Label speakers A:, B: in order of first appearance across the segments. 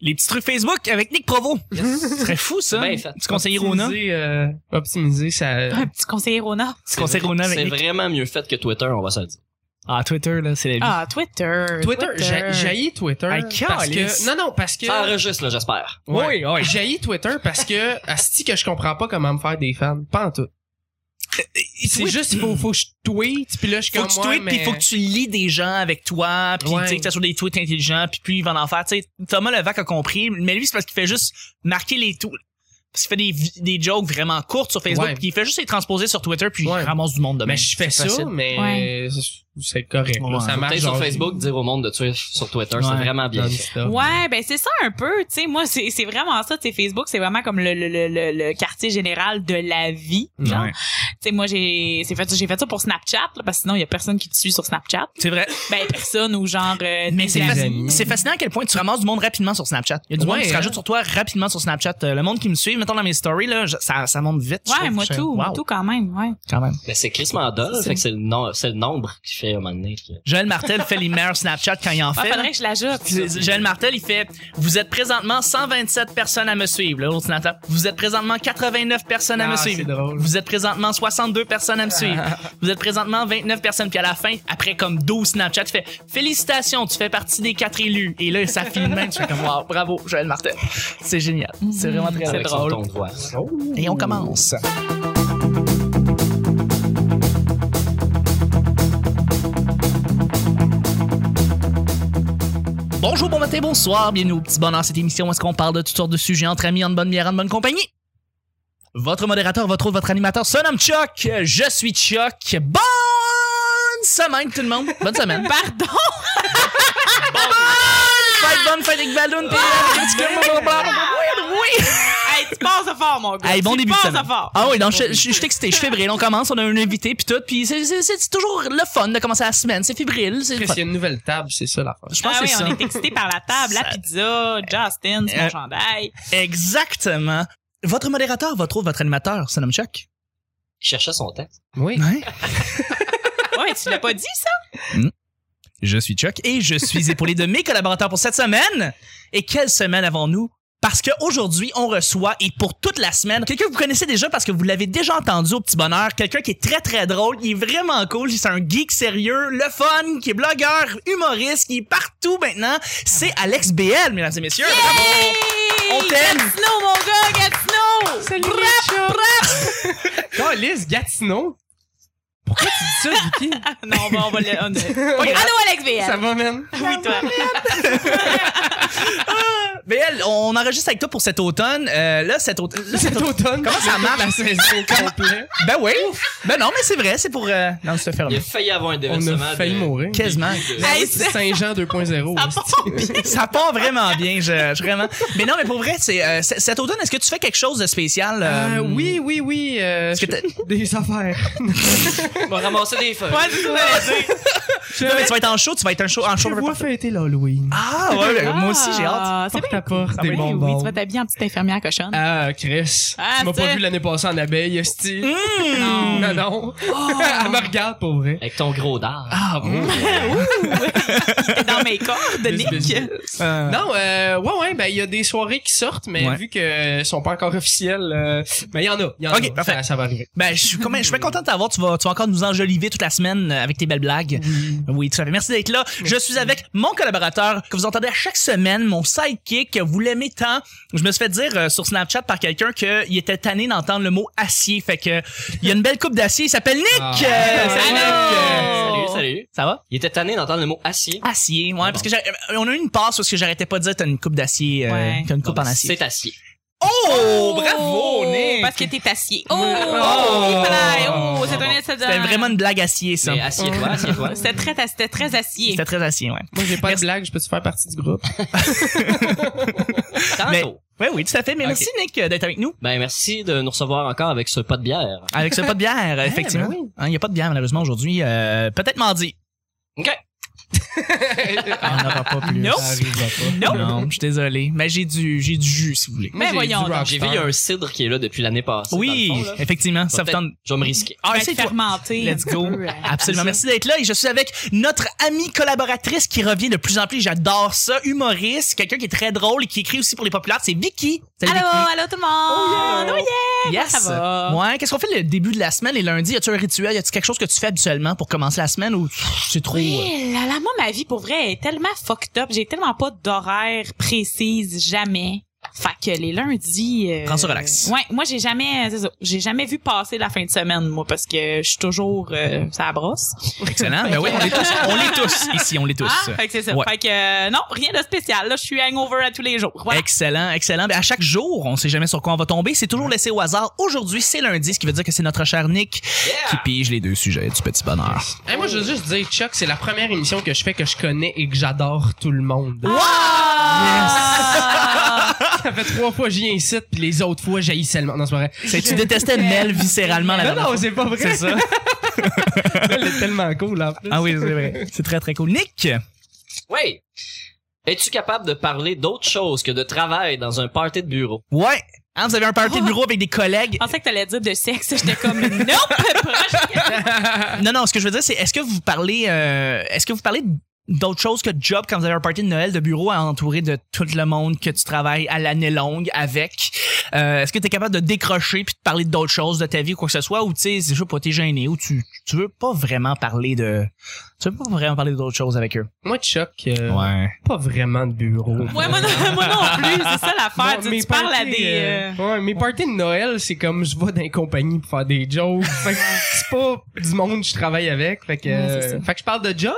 A: Les petits trucs Facebook avec Nick Provo. Ce serait fou, ça.
B: Ben, ça-
A: Petit conseiller Rona.
C: Optimiser, euh, optimiser sa...
D: Un petit conseiller Rona.
A: Petit conseiller Rona avec
B: C'est
A: Nick.
B: vraiment mieux fait que Twitter, on va se le dire.
A: Ah, Twitter, là, c'est la vie.
D: Ah, Twitter.
C: Twitter, j'ai jaillit Twitter
A: Hey,
C: parce
A: calice.
C: que non non parce que
B: Ça enregistre, là, j'espère.
A: Oui, oui.
C: jaillit Twitter parce que asti que je comprends pas comment me faire des fans, pas en tout. C'est
A: Twi-
C: juste faut faut que je tweete puis là je suis
A: Faut
C: comme
A: que tu
C: ouais,
A: tweets,
C: mais...
A: puis faut que tu lis des gens avec toi, puis
C: Ouais.
A: tu sais, que ça soit des tweets intelligents, puis plus ils vont en faire. Tu sais, Thomas Levac a compris, mais lui, c'est parce qu'il fait juste marquer les tweets. Parce qu'il fait des, vi- des jokes vraiment courtes sur Facebook,
C: Ouais.
A: puis il fait juste les transposer sur Twitter, puis
C: Ouais.
A: il ramasse du monde de
C: mais
A: même.
C: je fais
A: C'est
C: ça
A: facile.
C: mais
D: Ouais.
C: c'est correct là,
A: Ouais.
C: ça marche
B: Peut-être sur
C: genre-
B: Facebook, dire au monde de tuer sur Twitter,
C: Ouais,
B: c'est vraiment bien. fait.
C: non-stop.
D: Ouais, ben c'est ça un peu, tu sais, moi c'est c'est vraiment ça, tu sais Facebook, c'est vraiment comme le, le, le, le- le quartier général de la vie. genre.
A: Ouais.
D: Tu sais moi j'ai c'est fait j'ai fait ça pour Snapchat là, parce que sinon il y a personne qui te suit sur Snapchat.
A: C'est vrai.
D: Ben personne ou genre euh,
A: Mais
D: tes
A: c'est
D: amis.
A: faci-
C: amis.
A: c'est fascinant à quel point tu ramasses du monde rapidement sur Snapchat. Il y a du monde
C: Ouais,
A: qui se
C: hein.
A: rajoute sur toi rapidement sur Snapchat. Euh, Le monde qui me suit, mettons dans mes stories, là, je- ça, ça monte vite. je
D: Ouais,
A: trouve.
D: moi
A: Je-
D: tout, moi
A: wow,
D: tout quand même, ouais.
A: quand même.
B: Mais c'est Chris Mandel, fait que c'est le, nom- c'est le nombre qui fait à un moment donné. que-
A: Joël Martel fait les meilleurs Snapchat quand il en
D: Ah,
A: fait.
D: faudrait que je l'ajoute.
A: euh, Joël Martel, il fait Vous êtes présentement 127 personnes à me suivre, là, l'ordinateur. Vous êtes présentement 89 personnes à
C: Ah,
A: me
C: c'est
A: suivre.
C: drôle.
A: Vous êtes présentement 62 personnes à me suivre. Vous êtes présentement 29 personnes. Puis à la fin, après comme 12 Snapchat, tu fais Félicitations, tu fais partie des 4 élus. Et là, ça filme même. Tu fais comme Wow, bravo, Joël Martel. C'est génial. C'est vraiment très
C: Ah,
B: Avec son
A: drôle.
B: ton de voix.
A: Et on commence. Bonjour, bon matin, bonsoir, bienvenue au petit bonheur cette émission où est-ce qu'on parle de toutes sortes de sujets entre amis, en bonne bière, en bonne compagnie. Votre modérateur, votre autre, votre animateur se nomme Chuck, je suis Chuck. Bonne semaine tout le monde, bonne semaine.
D: Pardon.
A: Fête bonne, fête avec Balloon, puis, euh, petit peu, blablabla.
D: oui. hey, tu passes fort mon gars.
A: Hey, Ah, bon
D: tu
A: début de
D: passes
A: semaine.
D: fort.
A: Ah oui, non, je je- je suis excité, je suis fébrile. On commence, on a un invité, puis tout, puis c'est- c'est c'est toujours le fun de commencer la semaine. C'est fébrile, c'est le
C: Chris,
A: fun.
C: il y a une nouvelle table, c'est ça l'affaire.
A: Je pense
D: Ah
A: que
D: oui,
A: c'est ça.
D: on est excité par la table, la
A: Ça-
D: pizza, Justin, c'est mon
A: Euh,
D: chandail.
A: Exactement. Votre modérateur, votre autre, votre animateur, ça nomme Chuck.
B: Il cherchait son texte.
C: Oui.
D: Ouais, tu l'as pas dit ça
A: Je suis Chuck et je suis épaulé de mes collaborateurs pour cette semaine. Et quelle semaine avons-nous? Parce qu'aujourd'hui, on reçoit, et pour toute la semaine, quelqu'un que vous connaissez déjà parce que vous l'avez déjà entendu au petit bonheur, quelqu'un qui est très très drôle, il est vraiment cool, c'est un geek sérieux, le fun, qui est blogueur, humoriste, qui est partout maintenant, c'est Alex BL, mesdames et messieurs. Bravo!
D: Hey!
A: On t'aime.
D: Gatineau, mon gars, Gatineau!
C: Salut Calice Gatineau. Pourquoi tu dis ça, Vicky?
D: Non, bon, on va le. on-
C: Pas grave.
D: Allô, Alex BL!
C: Ça va, man?
D: oui, toi.
A: BL, on enregistre avec toi pour cet automne. Euh, là, cet automne... là, cet
C: Cet
A: automne-
C: automne.
A: Comment ça marche?
C: La saison complète.
A: Ben oui! Ben non, mais c'est vrai, c'est pour... euh, Non, c'est fermé.
B: Il a failli avoir un
C: On
B: déversement.
C: a failli
B: de-
C: mourir.
A: Quasiment.
B: de-
D: Hey,
C: C'est Saint-Jean 2.0.
D: Ça
C: hostie.
D: part bien.
A: ça part vraiment bien, je, je- vraiment. Mais non, mais pour vrai, c'est euh, c- cet automne, est-ce que tu fais quelque chose de spécial euh,
C: Euh, oui, oui, oui. euh,
A: Est-ce que t'as-
C: des affaires.
B: On va ramasser des feuilles.
D: Moi, je voulais dire.
C: Je
A: Non, mais tu vas être en show, tu vas être un show en show.
C: je vois fêter l'Halloween.
A: Ah ouais, ben, moi aussi j'ai hâte.
D: Ah, C'est
C: Porte
D: bien.
C: à porte,
D: Oui,
C: des bonbons.
D: oui, tu vas t'habiller en petite infirmière cochonne.
C: Ah, Chris.
D: Ah,
C: tu m'as
D: c'est- Hum!
C: pas vu l'année passée en abeille, hostie.
A: Mmh.
C: Non,
D: Oh.
C: non. Elle me regarde pour vrai.
B: Avec ton gros dard.
C: Ah, bon.
D: T'es dans mes cordes,
C: Bis, bis,
D: Nick.
C: bis.
A: Euh,
C: Non, euh, ouais, ouais, ben, il y a des soirées qui sortent, mais
A: Ouais.
C: vu qu'elles sont pas encore officielles, euh, ben, il y en a. Il y en
A: Ok,
C: a.
A: parfait.
C: Ça, ça va arriver.
A: Ben, je suis quand même- je suis bien content de t'avoir. Tu vas, tu vas encore nous enjoliver toute la semaine euh, avec tes belles blagues. Oui, tout à fait. Merci d'être là. Je suis avec mon collaborateur que vous entendez à chaque semaine, mon sidekick. Vous l'aimez tant. Je me suis fait dire euh, sur Snapchat par quelqu'un qu'il était tanné d'entendre le mot acier. Fait que il y a une belle coupe d'acier. Il s'appelle Nick.
C: Ah.
A: Euh, salut,
D: Allô.
A: Nick.
B: Salut, salut.
A: Ça va?
B: Il était tanné d'entendre le mot acier.
A: Acier, ouais, parce que j'ai- euh, on a eu une passe parce que j'arrêtais pas de dire t'as une coupe d'acier, euh,
D: Ouais.
A: t'as une coupe
B: Bon,
A: en
B: ben,
A: acier.
B: C'est acier.
A: Oh,
B: Oh,
D: Parce que t'es acier. Oh,
A: Oh.
D: il plaît. Oh, c'est un c'est
A: C'était
D: un-
A: vraiment une blague acier ça.
B: Mais acier-toi, acier-toi.
D: C'était très, c'était très acier.
A: C'était très acier, ouais.
C: Moi, j'ai pas
A: Merci.
C: de blague, je peux te faire partie du groupe.
A: Mais,
B: Tantôt.
A: ouais, oui, tout à fait. Mais
B: Ok.
A: merci Nick euh, d'être avec nous.
B: Ben, merci de nous recevoir encore avec ce pot de bière.
A: Avec ce pas de bière, effectivement.
C: ben
A: Hein, Il n'y a pas de bière malheureusement aujourd'hui. euh, Peut-être mardi.
B: OK.
A: On n'en aura pas plus.
D: Nope. Nope.
A: Non, je suis désolé. Mais j'ai du, j'ai du jus, si vous voulez.
D: Mais Ben, voyons donc.
B: J'ai vu, il y a un cidre qui est là depuis l'année passée.
A: Oui,
B: dans le fond, là.
A: effectivement, ça
B: Va
A: vous
B: peut-être-
A: tente.
B: Je vais me risquer.
A: Ah,
D: Être
A: c'est toi.
D: fermenté.
A: Let's
D: un
A: go.
D: peu, euh,
A: Absolument.
D: à
A: Merci d'être là et je suis avec notre amie collaboratrice qui revient de plus en plus. J'adore ça. Humoriste, quelqu'un qui est très drôle et qui écrit aussi pour les populaires. C'est Vicky. Salut,
D: Allô,
A: Vicky.
D: allô tout le monde!
A: Oh, yeah.
D: Oh yeah!
A: Yes.
D: ça va?
A: Ouais. Qu'est-ce qu'on fait le début de la semaine et lundi? Y a-tu un rituel? Y a-tu quelque chose que tu fais habituellement pour commencer la semaine ou c'est trop? euh,
D: Eh là là, moi, ma vie, pour vrai, est tellement fucked up. J'ai tellement pas d'horaire précise, jamais. Fait que les lundis... euh,
A: Prends ça relax.
D: Ouais, moi, j'ai jamais... c'est ça, J'ai jamais vu passer la fin de semaine, moi, parce que je suis toujours... Euh, ça brosse.
A: Excellent. Ben oui, on les tous. On les tous ici. On les tous.
D: Ah, fait que c'est ça.
A: Ouais.
D: Fait que euh, non, rien de spécial. Là, je suis hangover à tous les jours. Voilà.
A: Excellent, excellent. Ben, à chaque jour, on sait jamais sur quoi on va tomber. C'est toujours laissé au hasard. Aujourd'hui, c'est lundi, ce qui veut dire que c'est notre cher Nick qui pige les deux sujets du petit bonheur.
C: Hey, moi, je veux juste dire, Chuck, c'est la première émission que je fais que je connais et que j'adore tout le monde.
D: Ah!
C: Ça fait trois fois que j'y ici, puis les autres fois, j'ai seulement. Non, c'est pas vrai.
A: C'est- Tu détestais Mel viscéralement
D: Ah,
A: la
C: Non,
A: dernière
C: non, c'est pas vrai.
A: fois. C'est ça.
C: Elle est tellement cool, là, en plus.
A: Ah oui, c'est vrai. C'est très très cool. Nick,
B: Oui. Es-tu capable de parler d'autre chose que de travail dans un party de bureau?
A: ouais. Hein, vous avez un party de bureau avec des collègues.
D: Je pensais que t'allais dire de sexe. J'étais comme, nope! proche.
A: Non, non, ce que je veux dire, c'est est-ce que vous parlez, euh, est-ce que vous parlez d'autre chose que job quand vous avez un party de Noël de bureau à entourer de tout le monde que tu travailles à l'année longue avec? Euh, est-ce que tu es capable de décrocher puis de parler d'autres choses de ta vie ou quoi que ce soit? Ou tu sais, c'est juste pas t'es gêné ou tu, tu veux pas vraiment parler de, tu veux pas vraiment parler d'autres choses avec eux?
C: Moi, Chuck, euh, pas vraiment de bureau.
D: Ouais, moi, non, moi non plus. C'est ça l'affaire.
C: Moi,
D: Tu-
C: mes
D: tu parles à
C: parties,
D: des... euh,
C: euh, Ouais, mes parties de Noël, c'est comme je vais dans les compagnies pour faire des jokes. Fait que c'est pas du monde que je travaille avec. Fait que,
D: Ouais,
C: euh,
D: c'est ça. Mm.
C: fait que je parle de job.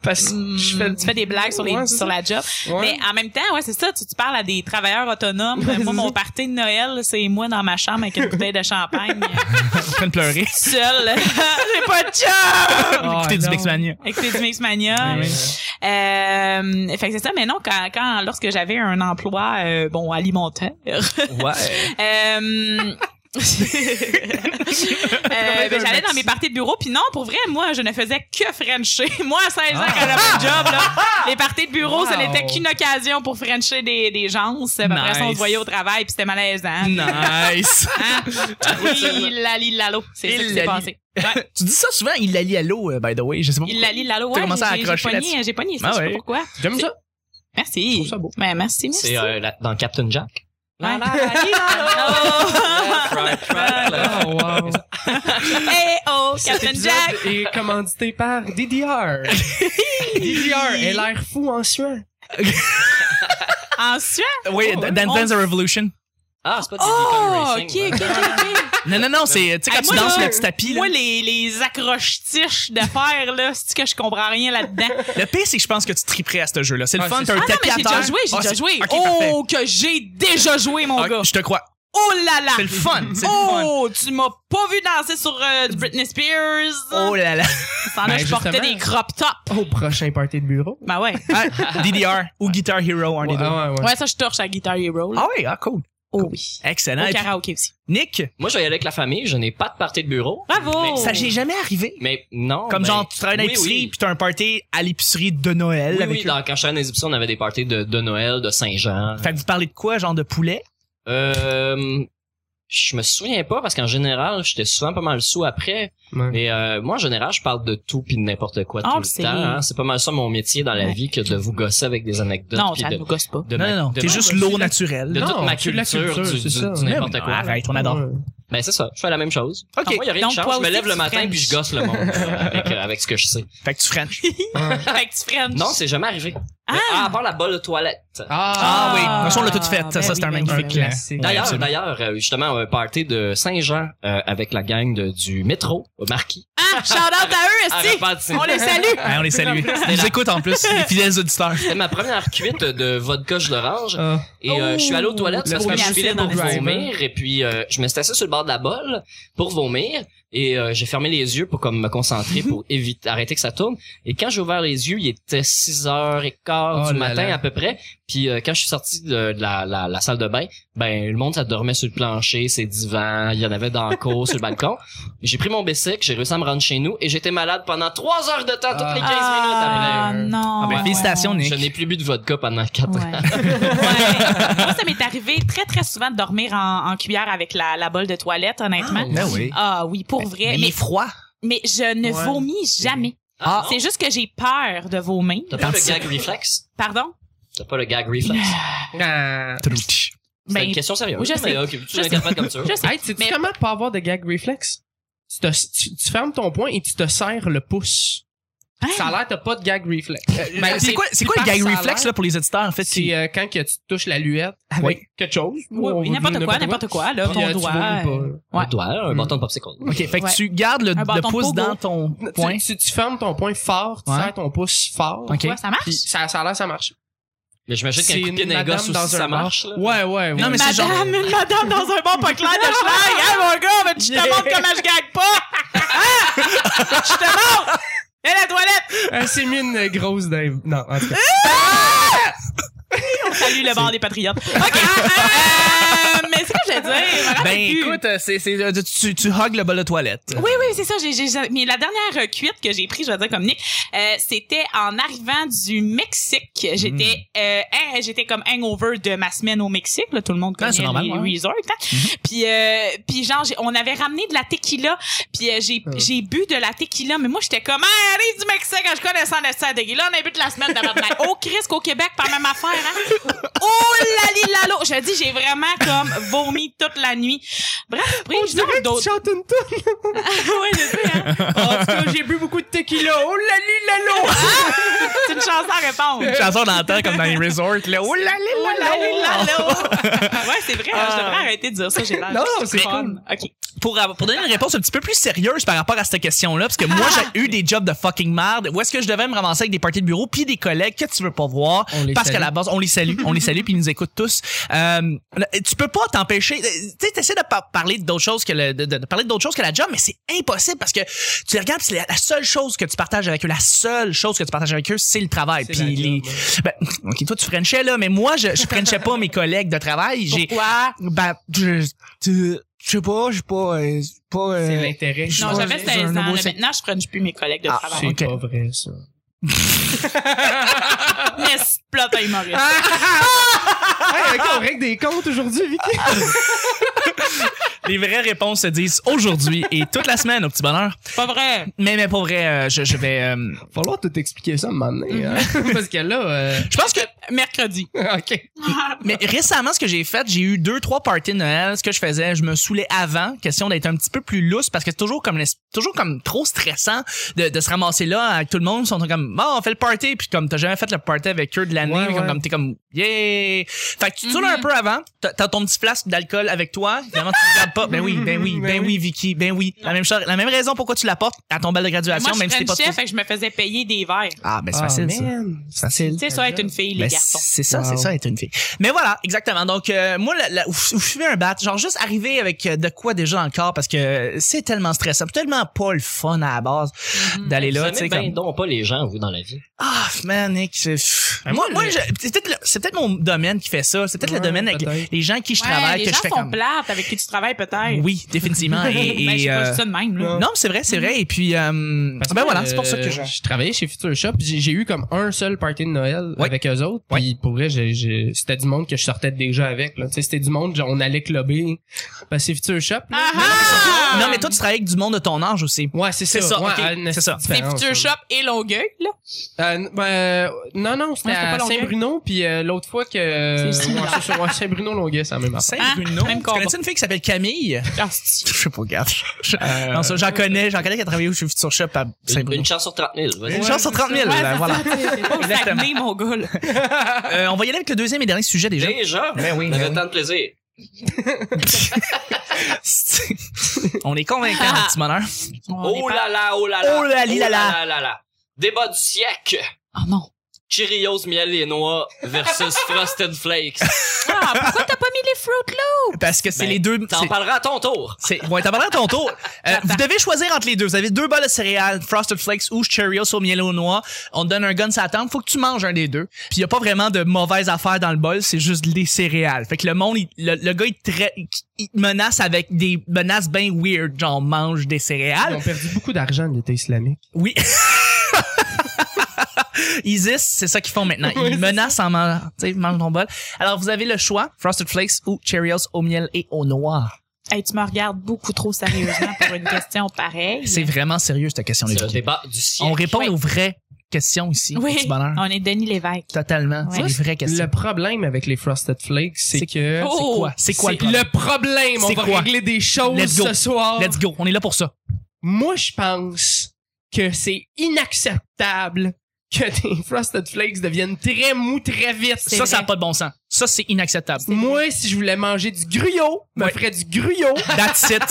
C: Parce que je fais,
D: tu fais des blagues sur, les,
C: Ouais, c'est
D: sur
C: ça.
D: la job.
C: Ouais.
D: Mais en même temps, ouais, c'est ça, tu, tu parles à des travailleurs autonomes.
C: Ouais,
D: moi,
C: c'est
D: mon
C: ça.
D: party de Noël, c'est moi dans ma chambre avec une bouteille de champagne, euh,
A: en train de pleurer.
D: seule. J'ai pas de job!
C: Ah,
A: Écoutez du
C: non.
A: Mixmania.
D: Écoutez du Mixmania.
A: Ouais.
D: Euh, fait que c'est ça, mais non, quand, quand lorsque j'avais un emploi, euh, bon, alimentaire,
B: Ouais.
D: euh, euh, ben, j'allais dans mes parties de bureau puis non pour vrai moi je ne faisais que Frencher moi à 16 ans quand j'avais un job là, les parties de bureau ça
C: Wow.
D: n'était qu'une occasion pour Frencher des, des gens Puis après ça on
A: Nice.
D: se voyait au travail puis c'était malaisant
A: Nice!
D: Hein? il la lit lalo c'est ça qui s'est
A: Illali.
D: passé
A: tu dis ça souvent, il la lit à l'eau, euh, by the way. Je sais pas.
D: il la lit lalo
A: T'as
D: ouais,
A: commencé à
D: j'ai- j'ai
A: accrocher
D: pogné
A: là-dessus.
D: j'ai pogné ça
A: Ah
D: je sais
A: ouais.
D: pas pourquoi
C: J'aime ça.
D: merci
C: Je trouve ça beau.
D: Ben, merci merci
B: C'est euh, la- dans Captain Jack.
D: Ouais. Ah,
B: Là,
C: Oh, wow.
D: hey oh
C: Cet
D: Captain
C: épisode
D: Jack
C: est commandité par DDR. DDR, elle a l'air fou en suant.
D: en suant
A: Oui,
C: Oh, ouais.
A: Dan- Dance the Revolution.
B: Ah, c'est pas du Beacon
D: oh
B: Racing.
D: ok
B: ouais.
D: ok ok ok
A: Non, non, non, c'est, tu sais, quand
D: Hey, moi,
A: tu danses
D: là,
A: le petit tapis, là.
D: Moi, les, les accrochetiches d'affaires, là, c'est que je comprends rien là-dedans.
A: Le pire, c'est que je pense que tu triperais à ce jeu-là. C'est le
C: Ah,
A: fun, t'as
C: c'est
A: un
D: Ah non,
A: tapis
D: mais
A: à
D: j'ai
A: terre.
D: déjà joué, j'ai
A: Ah,
D: déjà
A: c'est-
D: joué.
A: ok, parfait.
D: oh, que j'ai déjà joué, mon
A: Ah,
D: gars.
A: je te crois.
D: Oh là là.
A: C'est le fun. C'est le fun.
D: Oh, tu m'as pas vu danser sur euh, du Britney Spears.
A: Oh là là.
D: Sans là,
C: Ben,
D: je portais
C: justement.
D: des crop tops.
C: Au prochain party de bureau.
D: Ben ouais.
A: Ah, DDR ou Guitar Hero, un des
C: Ouais,
A: deux.
C: ouais, ouais.
D: Ouais, ça, je torche à Guitar Hero. là.
A: Ah oui, ah cool.
D: Oh oui.
A: Excellent.
D: Au
A: Et puis,
D: karaoké aussi.
A: Nick,
B: Moi, je vais y aller avec la famille. Je n'ai pas de party de bureau.
D: Bravo.
B: Mais-
A: ça j'ai jamais arrivé.
B: Mais
D: Oh,
B: non.
A: Comme
B: ben,
A: genre, tu travailles à
B: oui,
A: l'épicerie,
B: oui.
A: puis t'as un party à l'épicerie de Noël
B: Oui,
A: avec
B: oui,
A: eux.
B: dans, quand je travaillais dans les épisodes, on avait des parties de, de Noël, de Saint-Jean.
A: Fait que vous parlez de quoi, genre de poulet?
B: Euh, je me souviens pas parce qu'en général, j'étais souvent pas mal sous après.
C: Ouais.
B: Mais euh, moi, en général, je parle de tout puis de n'importe quoi
D: Mm. Ah,
B: tout
D: le
B: le
D: sait.
B: temps. hein. C'est pas mal ça mon métier dans la
D: Ouais.
B: vie que de vous gosser avec des anecdotes.
D: Non,
B: puis
D: ça
B: de,
D: ne gosse pas.
B: de
A: non,
B: ma-
A: non, non.
B: de
A: T'es
B: ma-
A: juste
C: de-
A: l'eau
C: de-
A: naturelle.
B: de
C: Non,
B: toute ma
C: c'est de la
B: culture,
C: culture,
B: du,
C: c'est
B: du-
C: ça.
B: du
A: Mais
B: n'importe
A: non,
B: quoi.
A: Arrête, on adore.
C: Ouais.
B: Ben c'est ça, je fais la même chose.
A: Ok.
B: Ah, moi, y a rien
D: Donc,
B: qui change.
D: toi
B: je me
D: aussi,
B: lève le
D: tu
B: matin
D: French.
B: puis je gosse le monde euh, avec, euh, avec ce que je sais.
A: Fait que tu French.
D: Fait que tu freines.
B: Non, c'est jamais arrivé.
D: Ah!
B: Mais- ah, à part la bolle de toilette.
A: Ah,
C: Ah,
A: oui,
D: Ah,
A: non, ça, on l'a tout fait.
D: ben
A: ça,
D: oui,
A: c'est un
D: ben oui,
A: magnifique
D: ben oui.
A: classique.
B: D'ailleurs,
A: Ouais, absolument.
B: d'ailleurs, euh, justement, un party de Saint-Jean euh, avec la gang de- du métro, au Marquis.
D: Ah, shout out à
B: Ah,
D: eux, esti.
B: Repentigny.
D: On les salue.
A: Ouais, Ah, on les salue. Ils nous écoutent en plus, les fidèles auditeurs.
B: C'était ma première cuite de vodka jus d'orange.
C: Ah.
B: Et euh, je suis allé aux toilettes
C: Le
B: parce que je
D: premier
B: filais
D: acide
B: pour
D: dans le
B: vomir. Et puis, euh, je me suis assis sur le bord de la bolle pour vomir. Et euh, j'ai fermé les yeux pour comme me concentrer pour éviter arrêter que ça tourne. Et quand j'ai ouvert les yeux, il était 6h15
C: Oh
B: du
C: là
B: matin
C: là.
B: à peu près. Puis euh, quand je suis sorti de, de la, la- la salle de bain, ben le monde ça dormait sur le plancher, ses divans, il y en avait dans le cours, sur le balcon. J'ai pris mon bicycle, j'ai réussi à me rendre chez nous et j'étais malade pendant 3 heures de temps toutes les 15 minutes après.
D: Ah,
C: après.
D: non.
A: Ah, ben, félicitations, Nick.
B: Je n'ai plus bu de vodka pendant 4
D: Ouais.
B: ans.
D: Ouais. Moi, ça m'est arrivé très, très souvent de dormir en, en cuillère avec la, la bolle de toilette, honnêtement.
A: Ben oui.
D: Ah oui, pour vrai.
A: Ben, Mais il est
D: Mais,
A: froid.
D: mais je ne
C: Ouais.
D: vomis jamais.
B: Ah,
D: C'est juste que j'ai peur de vomir.
B: T'as pas le
A: T'anticipes.
B: gag reflex?
D: Pardon?
B: T'as pas le gag reflex?
C: Ah.
A: Trouch.
B: C'est
D: Ben,
B: une question sérieuse.
D: oui, je
B: mais
D: sais.
B: ok, tu
D: Je
B: l'interprètes comme ça.
D: je sais.
C: Hey, tu
D: Mais-
C: comment pas avoir de gag reflex? Tu, te- tu- tu fermes ton poing et tu te serres le pouce.
D: Hein?
C: Ça a l'air, t'as pas de gag reflex. Euh,
A: Mais
C: ben,
A: c'est quoi, c'est quoi le
C: par
A: gag
C: salaire,
A: reflex là, pour les auditeurs, en fait? qui-
C: C'est euh, quand que tu touches la luette
A: Ah
C: avec quelque chose.
D: Oui, oui,
C: On-
D: n'importe quoi, n'importe quoi, là,
C: Puis,
D: ton
C: euh, tu
D: doigt.
C: vomis pas.
D: Ouais.
B: Un doigt, un
C: Mm.
B: bâton de popsicle.
A: OK, fait que
D: Ouais.
A: tu gardes le,
D: Un
A: le
D: bâton de
A: pouce
D: pogo.
A: dans ton
C: Tu-
A: point.
C: Tu, tu fermes ton poing fort, tu
A: Ouais.
C: serres ton pouce fort.
A: Ok.
D: Ouais, ça
C: Puis
D: marche?
C: ça, ça a l'air, ça marche.
B: Mais j'imagine qu'un
C: C'est
B: coup de pied
C: une
B: d'un
C: madame
B: gosse
C: dans
B: aussi,
C: un
B: ça
C: bar.
B: marche. là.
C: Ouais, ouais, ouais.
A: Non, mais c'est genre-
D: madame, une madame dans un bon pas clair de schlag. Hey, mon gars, ben, tu te montres comment je gagne pas. Hein? Je te montre. Et la toilette.
C: Ah, c'est mieux une euh, grosse Dave. Non, en tout cas.
D: Salut le bar des patriotes. OK. euh, mais c'est quoi que je veux dire?
A: Ben écoute, euh, c'est, c'est, euh, tu, tu hugs le bol de toilette.
D: Oui, oui, c'est ça. j'ai- j'ai- mais la dernière euh, cuite que j'ai prise, je vais dire comme Nick, euh, c'était en arrivant du Mexique. J'étais
C: Mm.
D: euh, hein, j'étais comme hangover de ma semaine au Mexique. Là, tout le monde
A: Ah,
D: connaît
A: c'est normal,
D: les
A: ouais.
D: resorts. hein.
C: Mm-hmm.
D: Puis, euh, puis genre, j'ai- on avait ramené de la tequila. Puis euh, j'ai
C: Euh.
D: j'ai bu de la tequila. Mais moi, j'étais comme, ah, arrive du Mexique, je connais ça, la tequila. On a bu de la semaine d'avant. Au Chris, qu'au Québec, pas même affaire. Hein? Oh la la la Je dis, j'ai vraiment comme vomi toute la nuit. Bref, après,
C: On
D: je dis,
C: dirait que
D: d'autres-
C: tu chantes une toune.
D: ouais, je sais, hein.
C: En tout cas, j'ai bu beaucoup de tequila. Oh la li, la lo.
D: C'est une chanson à répondre.
A: Ah! Une chanson d'antan comme dans les resorts, là. Oh là là!
D: Oh là là là là. Ouais, c'est vrai, hein, je
A: Ah.
D: devrais arrêter de dire ça, j'ai l'air.
C: Non, non, c'est
D: fun.
C: cool.
D: OK.
A: Pour, avoir- pour donner une réponse un petit peu plus sérieuse par rapport à cette question-là, parce que moi,
C: Ah!
A: j'ai eu des jobs de fucking merde. Où est-ce que je devais me ramasser avec des parties de bureau puis des collègues que tu veux pas voir?
C: On les
A: parce
C: salue.
A: qu'à la base, on les salue, on les salue puis ils nous écoutent tous. Euh, tu peux pas t'empêcher. euh, Tu sais, t'essaies de par- parler d'autres choses que le, de, de- de parler d'autres choses que la job, mais c'est impossible parce que tu les regardes, puis c'est la, la seule chose que tu partages avec eux, la seule chose que tu partages avec eux, c'est le travail.
C: C'est
A: Puis
C: la job,
A: les,
C: hein.
A: ben, ok, toi tu frenchais là, mais moi je, je frenchais pas mes collègues de travail. J'ai,
D: Pourquoi?
A: ben, je, tu- je sais pas, je suis pas, euh, pas. euh,
C: C'est l'intérêt.
A: je
D: Non,
A: pense
D: j'avais
A: que c'est
D: 16 ans.
A: un
D: là.
A: nouveau Ah, sec-
D: Maintenant, je prends plus mes collègues de
C: C'est
D: travail.
A: ok.
C: pas vrai, ça.
D: Mais c'est plot à humoriste.
A: Ah!
C: Hey, ok, on règle des comptes aujourd'hui, Vicky.
A: Les vraies réponses se disent aujourd'hui et toute la semaine au petit bonheur.
D: C'est Pas vrai.
A: Mais mais pour vrai, euh, je, je vais. euh,
C: Falloir tout expliquer ça maintenant, hein? Parce que là, euh,
A: je pense que
D: Mercredi.
C: ok.
A: Mais récemment, ce que j'ai fait, j'ai eu deux, trois parties de Noël. Ce que je faisais, je me saoulais avant, question d'être un petit peu plus lousse, parce que c'est toujours comme, l'es- toujours comme trop stressant de, de se ramasser là avec tout le monde. Ils sont comme, bon, on fait le party, puis comme t'as jamais fait le party avec eux de l'année,
C: Ouais,
A: mais comme,
C: ouais.
A: comme t'es comme, yeah! Fait que tu te saoules
D: Mhm.
A: un peu avant, t'as t'as ton petit flasque d'alcool avec toi, finalement tu te regardes pas. Ben oui, ben oui, ben
C: Ben
A: oui, Vicky, ben oui. La même chose, la même raison pourquoi tu l'apportes à ton bal de graduation,
D: Moi, je
A: même si t'es pas
D: frenchais,
A: trop-
D: fait que je me faisais payer des verres.
A: Ah, ben c'est facile, ça. C'est facile.
D: Tu sais, ça, être une fille, les
A: Ben,
D: garçons.
A: C'est ça,
C: Wow.
A: c'est ça être une fille. Mais voilà, exactement. Donc euh, moi, la, la, où, où fumer un bat, genre juste arriver avec euh, de quoi déjà dans le corps parce que c'est tellement stressant, puis tellement pas le fun à la base
D: Mm-hmm.
A: d'aller
B: Vous
A: là, tu
B: aimez
A: sais
B: ben
A: comme
B: donc pas les gens, vous, dans la vie.
A: ah man, Nick, c'est- pff.
C: Ben,
A: moi,
C: moi,
A: moi,
C: le-
A: je- c'est peut-être le- c'est peut-être mon domaine qui fait ça, c'est peut-être le
C: Ouais,
A: domaine avec
C: peut-être.
A: les gens avec qui je
D: Ouais,
A: travaille
D: les
A: que
D: gens
A: je fais
D: sont
A: comme
D: plates avec qui tu travailles, peut-être.
A: oui, définitivement et, et,
D: ben, je sais pas, je
A: euh,
D: dis ça de même, là.
A: non, mais c'est vrai, c'est vrai et puis euh, ben voilà, c'est pour ça que je
C: Euh, je... travaillais chez Future Shop. J'ai j'ai eu comme un seul party de Noël
A: Ouais.
C: avec eux autres. Puis pour vrai, j'ai- j'ai- c'était du monde que je sortais déjà avec. là. Tu sais, C'était du monde, genre, on allait clubber. Parce que c'est Future Shop. là.
D: Ah ah!
A: Non, mais toi tu travailles avec du monde de ton âge aussi.
C: Ouais, c'est ça.
A: C'est ça,
C: ouais,
A: ok,
C: à une
A: c'est Ben, ça.
C: différence,
D: C'est Future
C: là.
D: Shop et Longueuil, là.
C: Euh, n- ben, euh, non, non, c'était
D: Ouais, c'était
C: à
D: pas Longueuil.
C: Saint-Bruno. Puis euh, l'autre fois que... euh,
D: C'est
C: Ouais,
D: similaire.
C: c'est sur- ouais, Saint-Bruno, Longueuil, c'est la même affaire.
A: Saint-Bruno,
D: même
A: tu
D: combat.
A: connais-tu une fille qui s'appelle Camille
D: Ah, c'est-
A: Ah. Je sais pas, regarde.
C: Euh,
A: Non, ça, j'en connais, j'en connais qui a travaillé chez Future Shop à
B: Une,
A: Saint-Bruno.
B: une chance sur 30 000. vas-y.
A: Une chance sur 30 000,
D: Ouais,
A: là,
D: c'est
A: voilà.
D: ça, t'sais, c'est pas au
A: Exactement.
D: Saguenay, mon gars, là.
A: Euh, on va y aller avec le deuxième et dernier sujet déjà.
B: Déjà,
A: Ben oui,
B: on
A: ben
B: avait
A: oui.
B: tant de plaisir.
A: on est convaincants, mon petit bonheur.
D: On est
B: Oh
D: pas-
B: là là, oh là là.
A: Oh là li là là.
B: là là là. Débat du siècle.
D: Oh non.
B: Cheerios, miel et noix versus Frosted Flakes.
D: Ah, pourquoi t'as pas mis les Fruit Loops?
A: Parce que c'est
B: Ben,
A: les deux.
B: T'en
A: c'est-
B: parleras à ton tour.
A: C'est, ouais, t'en parleras à ton tour. Euh, vous devez choisir entre les deux. Vous avez deux bols de céréales, Frosted Flakes ou Cheerios au miel au noix. On te donne un gun sur la tempe. Faut que tu manges un des deux. Puis y a pas vraiment de mauvaise affaire dans le bol. C'est juste les céréales. Fait que le monde, il- le, le gars, il, tra- il te menace avec des menaces bien weird. Genre, mange des
C: Ils
A: céréales.
C: ont perdu beaucoup d'argent de l'État islamique.
A: Oui. Isis, c'est ça qu'ils font maintenant. Ils
C: Ouais, c'est
A: menacent en mangeant, tu sais, mange ton bol. Alors, vous avez le choix. Frosted Flakes ou Cheerios au miel et au noix.
D: Hey, tu me regardes beaucoup trop sérieusement pour une question pareille.
A: C'est vraiment sérieux, cette question, les
B: C'est le
A: filles.
B: débat du
A: On
B: siècle.
A: répond
D: Oui.
A: aux vraies questions ici.
D: Oui,
A: petit bonheur.
D: on est Denis Lévesque.
A: Totalement.
D: Ouais.
A: C'est les vraies questions.
C: Le problème avec les Frosted Flakes, c'est
A: C'est-
C: que.
A: C'est
D: Oh!
A: quoi? C'est quoi le
C: le
A: problème?
C: problème? On
A: C'est
C: va
A: quoi?
C: régler des choses
A: Let's go.
C: ce soir.
A: Let's go. On est là pour ça.
C: Moi, je pense que c'est inacceptable que tes Frosted Flakes deviennent très mous très vite.
A: Ça, ça n'a pas de bon sens. Ça, c'est inacceptable.
C: Moi, si je voulais manger du gruyot, je me
A: Ouais.
C: ferais du gruyot.
A: That's it.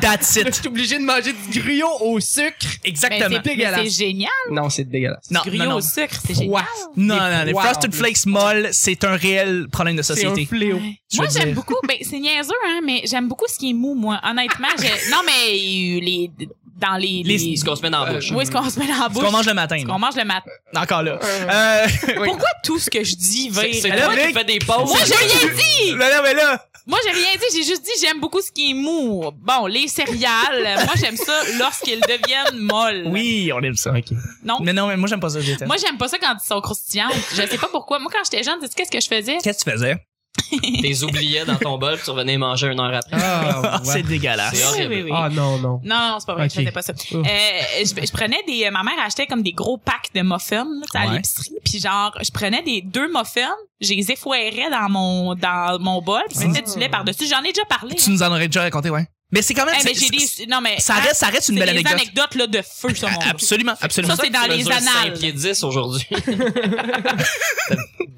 A: That's
C: Je
A: it.
C: suis obligé de manger du gruyot au sucre.
D: Ben,
A: Exactement.
D: c'est-
C: Dégueulasse.
D: C'est génial.
C: Non, c'est dégueulasse.
A: Non,
D: Gruyot
A: non, non.
D: au sucre, c'est
C: Froid.
D: génial.
A: Non,
C: Des
A: non, les
C: fois, en
A: Frosted
C: plus.
A: Flakes molles, c'est un réel problème de
C: C'est un
A: société.
C: fléau.
A: Je
D: Moi,
A: veux
D: j'aime
A: dire.
D: beaucoup. Ben, c'est niaiseux, hein, mais j'aime beaucoup ce qui est mou, moi. Honnêtement, j'ai- non, mais euh, les, dans les.
A: Les-
B: Ce qu'on se met dans la bouche.
D: Où est-ce qu'on se met dans la
A: Ce
D: bouche?
A: qu'on mange le matin.
D: Ce
A: là.
D: qu'on mange le matin.
A: Encore là. Euh,
C: Oui.
D: Pourquoi tout ce que je dis vire?
B: C'est c'est
A: Elle a
B: toi qui
A: vrai-
B: fais des pauses.
D: Moi, j'ai rien dit!
A: non, non, mais là.
D: Moi, j'ai rien dit. J'ai juste dit, j'aime beaucoup ce qui est mou. Bon, les céréales, moi, j'aime ça lorsqu'ils deviennent molles.
A: Oui, on aime ça.
D: Non?
A: Mais non, mais moi, j'aime pas ça. je déteste.
D: Moi, j'aime pas ça quand ils sont croustillantes. Je sais pas pourquoi. Moi, quand j'étais jeune, tu sais qu'est-ce que je faisais?
A: Qu'est-ce que tu faisais?
B: T'es oublié dans ton bol, puis tu revenais manger une heure après.
C: Ah, ouais.
A: C'est dégueulasse.
B: C'est horrible.
D: Oui, oui, oui.
C: Ah, non, non.
D: Non, non, c'est pas vrai, je
C: Ok.
D: faisais pas ça.
C: Oh.
D: Euh, je, je prenais des... euh, Ma mère achetait comme des gros packs de muffins là, tu sais, à
A: Ouais.
D: l'épicerie. Puis genre, je prenais des deux muffins, je les effouérais dans mon, dans mon bol, puis je mettais du lait par-dessus. J'en ai déjà parlé.
A: Tu nous en aurais déjà raconté, ouais. Mais c'est quand même.
D: Hey, Eh, mais
A: c'est-
D: j'ai des... Non, mais...
A: Ça
D: hein,
A: reste, ça reste une
D: c'est
A: belle
D: des
A: anecdote.
D: anecdotes là, de feu sur mon dos.
A: Absolument, absolument.
D: Ça, c'est dans les annales.
B: 5 pieds 10 aujourd'hui. T'as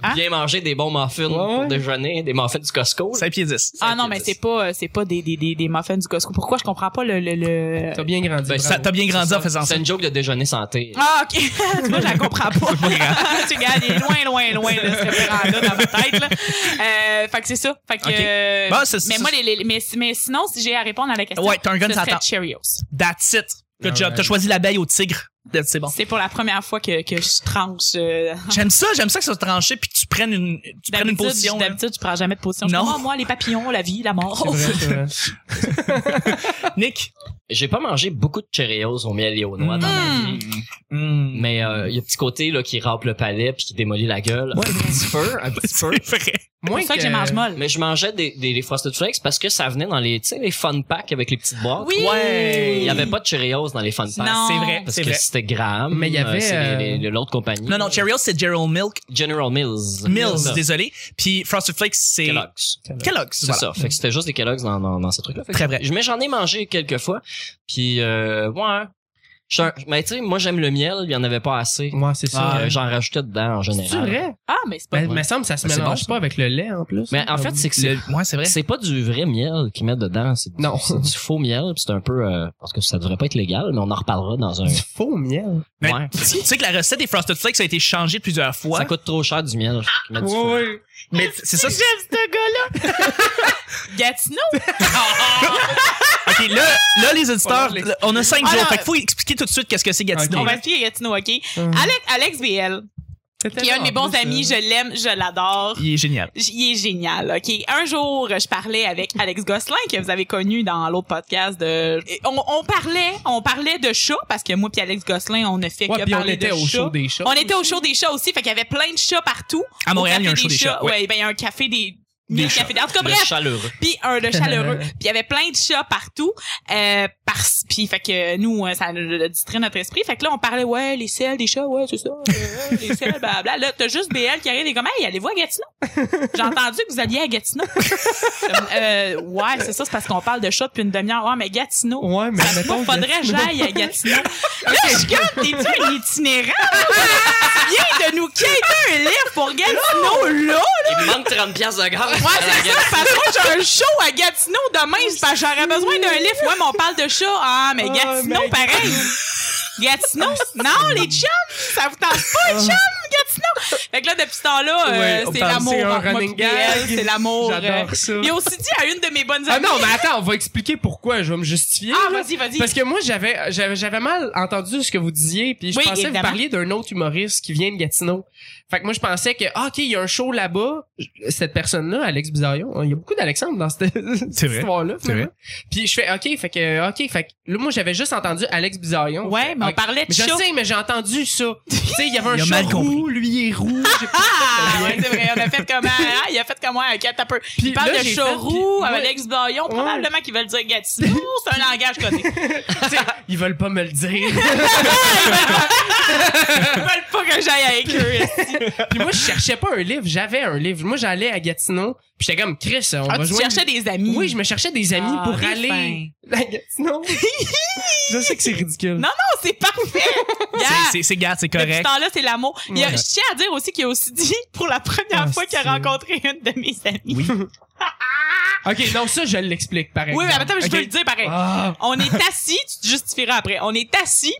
D: Hein?
B: Bien manger des bons muffins
C: Ouais,
B: pour
C: ouais.
B: déjeuner, des muffins du Costco. là.
A: 5 pieds 10.
D: Ah non, mais c'est pas, euh, c'est pas des, des, des, des muffins du Costco. Pourquoi je comprends pas le. le, le...
C: T'as bien grandi.
B: Ben,
C: bravo.
A: Ça- T'as bien grandi en faisant ça.
B: C'est une joke de déjeuner santé.
D: Ah, ok. tu vois, je la comprends pas.
A: hein.
D: tu regardes, il est loin, loin, loin, là, ce référent-là, dans ma tête, là. Euh, fait que c'est ça. Fait que.
A: Ok.
D: euh,
A: Bon, c'est-
D: mais
A: c'est-
D: moi, les, les- mais, mais sinon, si j'ai à répondre à la question.
A: Ouais, t'as un gun
D: ce
A: sur la
D: serait
A: table.
D: Cheerios.
A: That's it.
B: Ah
A: Good job.
C: Alright.
A: T'as choisi l'abeille au tigre. That's- C'est bon.
D: C'est pour la première fois que, que je tranche. euh,
A: J'aime ça, j'aime ça que ça soit tranché puis que tu prennes une, tu prennes une
D: d'habitude,
A: position. là.
D: D'habitude, je prends jamais de position.
A: Non.
D: Je dis, oh, moi, les papillons, la vie, la mort.
C: C'est vrai, c'est vrai.
A: hein. Nick.
B: J'ai pas mangé beaucoup de Cheerios au miel et aux noix dans
D: Hmm.
B: ma vie.
A: Mm.
B: Mais euh, il y a un petit côté là, qui rampe le palais puis qui démolit la gueule.
A: Ouais.
B: Un petit peu, un petit peu.
A: C'est vrai.
D: C'est
C: Moins
D: pour ça que je mange molle.
B: Mais je mangeais des, des, des Frosted Flakes parce que ça venait dans les, tu sais, les fun packs avec les petites boîtes.
D: Oui!
A: Ouais.
B: Il y avait pas de Cheerios dans les fun packs.
D: Non.
A: C'est vrai,
B: Parce
A: c'est
B: que
A: vrai.
B: c'était Graham.
C: Mais il y
B: euh,
C: avait,
B: c'est les-
C: euh,
B: les- l'autre compagnie.
A: Non, non, Cheerios, c'est Gerald Milk.
B: General Mills.
A: Mills, désolé. Puis Frosted Flakes, c'est
B: Kellogg's.
A: Kellogg's.
B: C'est
A: voilà.
B: ça. Fait que c'était juste des Kellogg's dans, dans, dans ce truc-là. Fait que
A: Très vrai.
B: Je, mais j'en ai mangé quelques fois. Puis, euh, ouais. Je suis un- mais tu sais, moi, j'aime le miel. Il y en avait pas assez.
C: Moi, c'est ça.
B: Euh, J'en rajoutais dedans, en général.
C: C'est vrai?
D: Ah, mais c'est pas.
C: Ben, il me semble que ça se
A: Ben, c'est
C: mélange
A: bon,
C: pas avec le lait, en plus.
B: Mais en fait, c'est que c'est
A: Le- Ouais, c'est vrai.
B: C'est pas du vrai miel qu'ils mettent dedans, c'est du,
C: Non.
B: c'est du faux miel, pis c'est un peu euh, parce que ça devrait pas être légal, mais on en reparlera dans un.
C: du faux miel.
A: Mais-
B: Ouais.
A: Tu sais que la recette des Frosted Flakes a été changée plusieurs fois.
B: Ça coûte trop cher du miel. qu'ils mettent du faux.
C: oui.
A: Mais c'est ça. c'est-
D: J'aime ce gars-là.
A: Ben,
D: Gatineau.
A: OK, là, là, les auditeurs,
C: Faut
A: là, on a cinq
D: Ah,
A: jours.
D: non.
A: Fait qu'il faut expliquer tout de suite qu'est-ce que c'est Gatineau.
D: On
C: Ok.
D: va expliquer Gatineau, OK?
A: Euh.
C: Hum.
D: Alex, Alex BL, qui est un de mes bons amis,
C: hein.
D: je l'aime, je l'adore.
A: Il est génial.
D: J- il est génial. OK, un jour, je parlais avec Alex Gosselin que vous avez connu dans l'autre podcast de Et on, on parlait, on parlait de chats parce que moi puis Alex Gosselin, on ne fait
C: Ouais,
D: que
C: puis on
D: parler
C: était
D: de
C: au
D: chats.
C: show des chats.
D: On était au show des chats aussi, fait qu'il y avait plein de chats partout.
A: À Montréal,
D: Au
A: il y a un
D: café
A: show
D: des
A: des chats,
D: Ouais, ben il y a un café des
A: Des
D: mille cafés des- En tout cas,
B: Le
D: bref,
B: chaleureux.
D: puis un de chaleureux. puis il y avait plein de chats partout. Euh, parce puis fait que nous euh, ça nous a distrait notre esprit. Fait que là on parlait ouais les selles des chats ouais c'est ça euh, les selles blabla. Là t'as juste BL qui arrive et comme hey allez-vous à Gatineau. J'ai entendu que vous alliez à Gatineau. Euh, ouais c'est ça c'est parce qu'on parle de chats depuis une demi-heure. Ouais mais Gatineau.
C: Ouais, mais
D: Moi,
C: mettons,
D: faudrait que j'aille à Gatineau. Là, je suis comme, t'es-tu un itinérant? Viens de nous quitter un livre pour Gatineau, là!
B: Il me manque 30 piastres de gaz.
C: Ah,
B: Ah,
D: Ouais, c'est ça, parce que j'ai un show à Gatineau demain, c'est parce que j'aurais besoin d'un lift. Ouais, mais on parle de chat. Ah, mais
C: Ah,
D: Gatineau,
C: mais-
D: pareil. Gatineau? Non, les chums, ça vous tente pas, les chums, Gatineau? Fait que là, depuis ce temps-là, euh,
C: Ah. Ouais, on
D: c'est
C: parle-
D: l'amour.
C: c'est un
D: entre moi
C: running
D: puis elle,
C: gag.
D: C'est l'amour. euh.
C: J'adore ça.
D: Il a aussi dit à une de mes bonnes
C: Ah
D: amies.
C: non, mais attends, on va expliquer pourquoi. Je vais me justifier.
D: Ah,
C: là.
D: vas-y, vas-y.
C: Parce que moi, j'avais, j'avais, j'avais mal entendu ce que vous disiez, puis je
D: Oui,
C: pensais que vous
D: évidemment.
C: parliez d'un autre humoriste qui vient de Gatineau. Fait que moi, je pensais que, ah, ok, il y a un show là-bas. Cette personne-là, Alex Bizarion, hein, il y a beaucoup d'Alexandre dans cette, cette
A: vrai.
C: histoire-là.
A: C'est
C: finalement. Puis je fais, ok, fait que, ok, fait que, là, moi, j'avais juste entendu Alex Bizarion.
D: Ouais, mais on
C: Ok.
D: parlait de
C: Mais je
D: chat.
C: sais, mais j'ai entendu ça. tu sais, il y avait un
A: Il a
C: chat
A: mal
C: roux, lui il est roux. j'ai pas
D: Ah,
C: fait le lien.
D: ouais, c'est vrai, on a fait comme ah, il a fait comme moi un cat peu.
C: Puis
D: Il parle
C: là,
D: de
C: j'ai fait,
D: Chorou,
C: puis-
D: avec Alex Bayon, probablement qu'ils veulent dire Gatineau, c'est un langage connu.
C: Tu sais, ils veulent pas me le dire.
D: Ils veulent pas que j'aille avec eux.
C: Puis moi, je cherchais pas un livre, j'avais un livre. Moi, j'allais à Gatineau, puis j'étais comme Chris, on
D: Ah,
C: va
D: tu
C: jouer.
D: cherchais des amis.
C: Oui, je me cherchais des amis
D: Ah,
C: pour
D: t'es
C: aller à Gatineau. je sais que c'est ridicule.
D: Non, Oh, c'est parfait! Yeah.
A: C'est- C'est c'est gars, c'est
D: Ah! Depuis ce
A: correct.
D: temps-là, c'est l'amour. Il y a-
C: Ouais.
D: Je tiens à dire aussi qu'il a aussi dit pour la première
C: Ah,
D: fois qu'il a
C: c'est-
D: rencontré une de mes amies.
A: Oui.
C: OK, non, ça je l'explique par exemple.
D: Oui, mais attends, mais je
C: Ok.
D: peux le dire pareil.
C: Ah.
D: On est assis, tu te justifieras après. On est assis,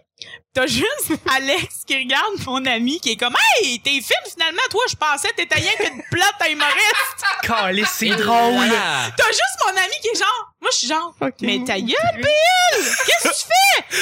D: t'as juste Alex qui regarde mon ami qui est comme Hey, t'es fine finalement, toi, je pensais t'étais rien que de plate à humoriste.
A: Calé, c'est
B: Ah.
D: T'as juste mon ami qui est genre, moi je suis genre, mais ta gueule, Bill! Qu'est-ce que tu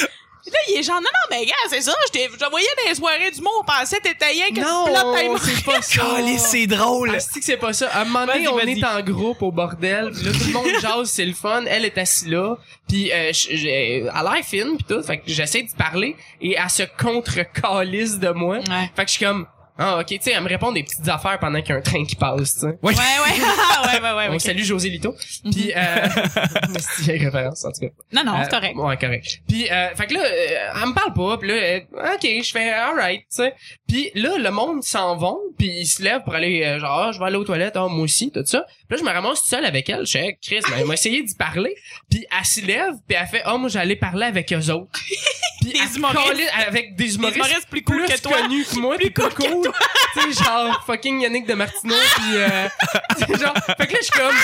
D: fais? Là, il est genre, non, non, mais gars, c'est ça, je t'ai- je te voyais dans les soirées du monde, on pensait t'étais rien que de plate à
C: Non,
D: humoriste.
C: c'est pas ça.
A: Calé, c'est drôle.
C: Ah, c'est que c'est pas ça. À un moment donné,
D: Vas-y,
C: on
D: vas-y.
C: est en groupe au bordel. Puis là, tout le monde jase, c'est le fun. Elle est assise là. Puis euh, je- j'ai- elle a l'air fine, puis tout. Fait que j'essaie d'y parler. Et elle se contre-calisse de moi.
D: Ouais.
C: Fait que je suis comme... Ah, ok, tu sais, elle me répond des petites affaires pendant qu'il y a un train qui passe, tu sais.
D: Ouais, ouais, Ah, ouais, ouais, ouais.
C: On
D: ouais.
C: salue José Lito. Puis, euh, c'est une référence, en tout cas.
D: Non,
C: Euh,
D: non, Ah, c'est correct.
C: Ouais, correct. Puis, euh, fait que là, euh, elle me parle pas. Puis là, euh, OK, je fais alright, tu sais. Puis là, le monde s'en va. Puis ils se lèvent pour aller, euh, genre, Ah, je vais aller aux toilettes, ah, moi aussi, tout ça. Puis là, je me ramasse toute seule avec elle. Je fais, Hey, Chris, ben, elle m'a essayé d'y parler. Puis elle se lève, puis elle fait, ah, moi, j'allais parler avec eux autres. Puis
D: Des
C: elle se
D: humoristes.
C: collait avec des
D: Des
C: humoristes.
D: humoristes plus
C: Plus
D: cool que toi.
C: connus que moi, plus,
D: cool
C: plus cool. tu sais, genre fucking Yannick de Martino, puis euh, tu sais, genre. Fait que là, je suis comme.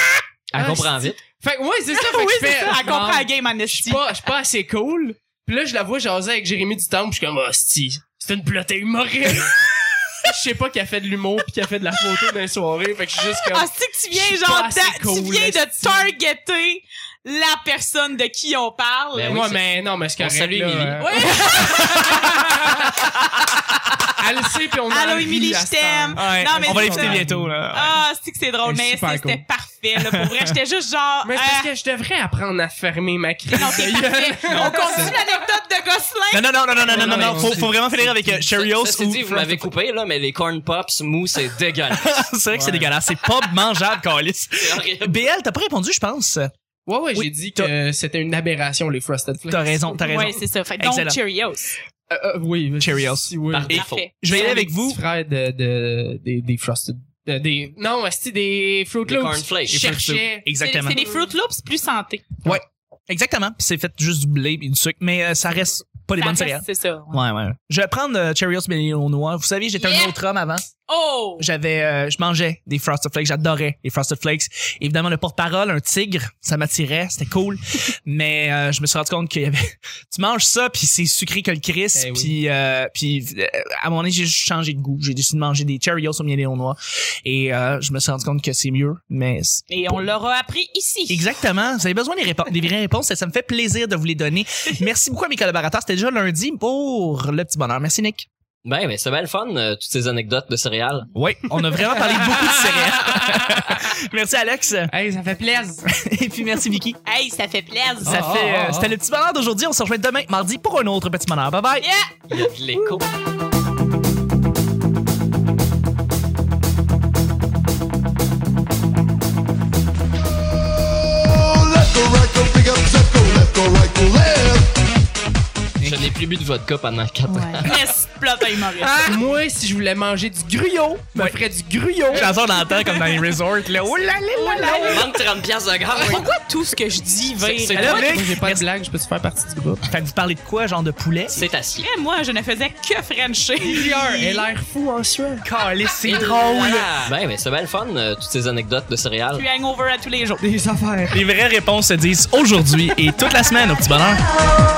B: Elle
C: Ah,
B: comprend vite.
C: Fait que ouais, c'est ça. Fait que
D: oui,
C: je
D: c'est
C: fais.
D: ça. Elle comprend
C: Bon,
D: la game en
C: je suis
D: esti.
C: pas, je suis pas assez cool. Puis là, je la vois jaser avec Jérémy Dutemps, puis je suis comme, hostie, c'est une plotée humoriste. je sais pas qu'elle fait de l'humour puis qu'elle fait de la photo d'une soirée, fait que je suis juste comme,
D: Ah, c'est que tu
C: Je
D: viens
C: suis
D: genre,
C: pas assez
D: ta- tu
C: cool,
D: viens de
C: esti.
D: targeter la personne de qui on parle.
B: Ben oui,
C: ouais,
B: c'est-
C: mais non, mais c'est
B: On
C: correct.
B: salue
C: là,
B: Émilie.
C: euh,
D: Ouais.
C: Elle le sait puis on en
D: Allô
C: rit
D: Émilie,
C: à
D: je
C: cette heure.
D: t'aime.
A: Ouais,
D: Non, mais
A: on va
D: c'est
A: l'écouter
D: ça.
A: bientôt, là.
D: Ah, c'est que c'est drôle,
C: Elle est
D: mais
C: super
D: c'est- c'était
C: cool.
D: parfait, là, pour vrai. J'étais juste genre,
C: Mais c'est parce
D: euh,
C: que je devrais apprendre à fermer ma crise.
D: non, c'est
C: de gueule.
D: parfait. euh, On continue l'anecdote de
A: Non,
D: Gosselin.
A: non, non, non, non, non, non, non,
B: Non,
A: non,
B: mais
A: faut,
B: c'est-
A: faut vraiment finir avec euh, Cheerios
B: Ça, ça, c'est
A: ou.
B: dit, vous m'avez coupé, là, mais les corn pops mous, c'est dégueulasse.
A: c'est vrai que c'est dégueulasse. C'est pas mangeable, Calis.
B: C'est horrible.
A: BL, t'as pas répondu, je pense.
C: Ouais, ouais,
A: Oui,
C: j'ai dit que c'était une aberration, les Frosted Flakes.
A: T'as raison, t'as raison.
D: Ouais, c'est ça. Fait que donc,
A: Excellent.
D: Cheerios.
C: Euh, euh, oui,
A: Cheerios.
C: si, oui.
B: Par-
A: Et-
D: Parfait.
A: Je vais y aller
C: Sont
A: avec
C: les
A: vous.
C: petits frères de, de- des, des Frosted. de- des, non, c'est des Fruit
B: Des
C: Loops.
B: cornflakes.
C: Je
B: Des
A: Fruit
C: cherchais.
D: C'est
A: Exactement.
D: c'est des Fruit Loops plus santé.
A: Exactement. Puis c'est fait juste du blé et du sucre, mais euh, ça reste pas les
D: Ça
A: bonnes
D: reste-
A: céréales.
D: C'est ça.
A: Ouais, ouais. Je vais prendre euh, Cheerios mais au noir. Vous savez, j'étais
D: Yeah!
A: un autre homme avant.
D: Oh!
A: J'avais, euh, je mangeais des Frosted Flakes. J'adorais les Frosted Flakes. Évidemment, le porte-parole, un tigre, ça m'attirait. C'était cool. mais euh, je me suis rendu compte qu'il y avait, tu manges ça puis c'est sucré que le Chris.
C: Eh oui.
A: Puis, euh, puis euh, à un moment donné, j'ai juste changé de goût. J'ai décidé de manger des Cheerios au miel et au noir. Et euh, je me suis rendu compte que c'est mieux. Mais c'est-
D: Et on l'aura appris ici.
A: Exactement. Vous avez besoin des, répo- des vraies réponses et ça me fait plaisir de vous les donner. Merci beaucoup à mes collaborateurs. C'était déjà lundi pour le petit bonheur. Merci, Nick.
B: Ben, ben, c'est bien le fun, euh, toutes ces anecdotes de céréales.
A: Oui, on a vraiment parlé beaucoup de céréales. merci, Alex.
C: Hey, ça fait plaisir.
A: Et puis, merci, Vicky.
D: Hey, ça fait plaisir.
A: Ça
C: Ah,
A: fait.
C: ah,
A: euh,
C: ah.
A: C'était le petit bonheur d'aujourd'hui. On se rejoint demain, mardi, pour un autre petit bonheur. Bye bye.
D: Yeah!
B: Il y a de l'écho.
E: Left go right go big up set go left go right go left.
B: Je n'ai plus bu de vodka pendant 4 ans.
D: Yes, plot à humoriste.
A: Ah!
C: Moi, si je voulais manger du gruyot, je me ferais du gruyot.
A: Chanson d'antan comme dans les resorts. Là. Oh là là là là.
B: Manque 30 piastres de gaz.
D: Pourquoi tout ce que je dis vire?
B: C'est- c'est
D: Moi,
A: Alors, Nick,
C: Moi, j'ai pas de blague, je peux te faire partie du groupe.
A: fait que vous parlez de quoi, genre de poulet?
B: C'est assis.
D: après, moi, je ne faisais que Frencher.
C: Elle a l'air fou en sueur.
A: Calé, c'est drôle.
B: Ben, ben, c'est bien le fun, euh, toutes ces anecdotes de
D: Je
B: céréales.
D: suis hangover à tous les jours.
C: Des affaires.
A: Les vraies réponses se disent aujourd'hui et toute la semaine au petit bonheur.
F: Oh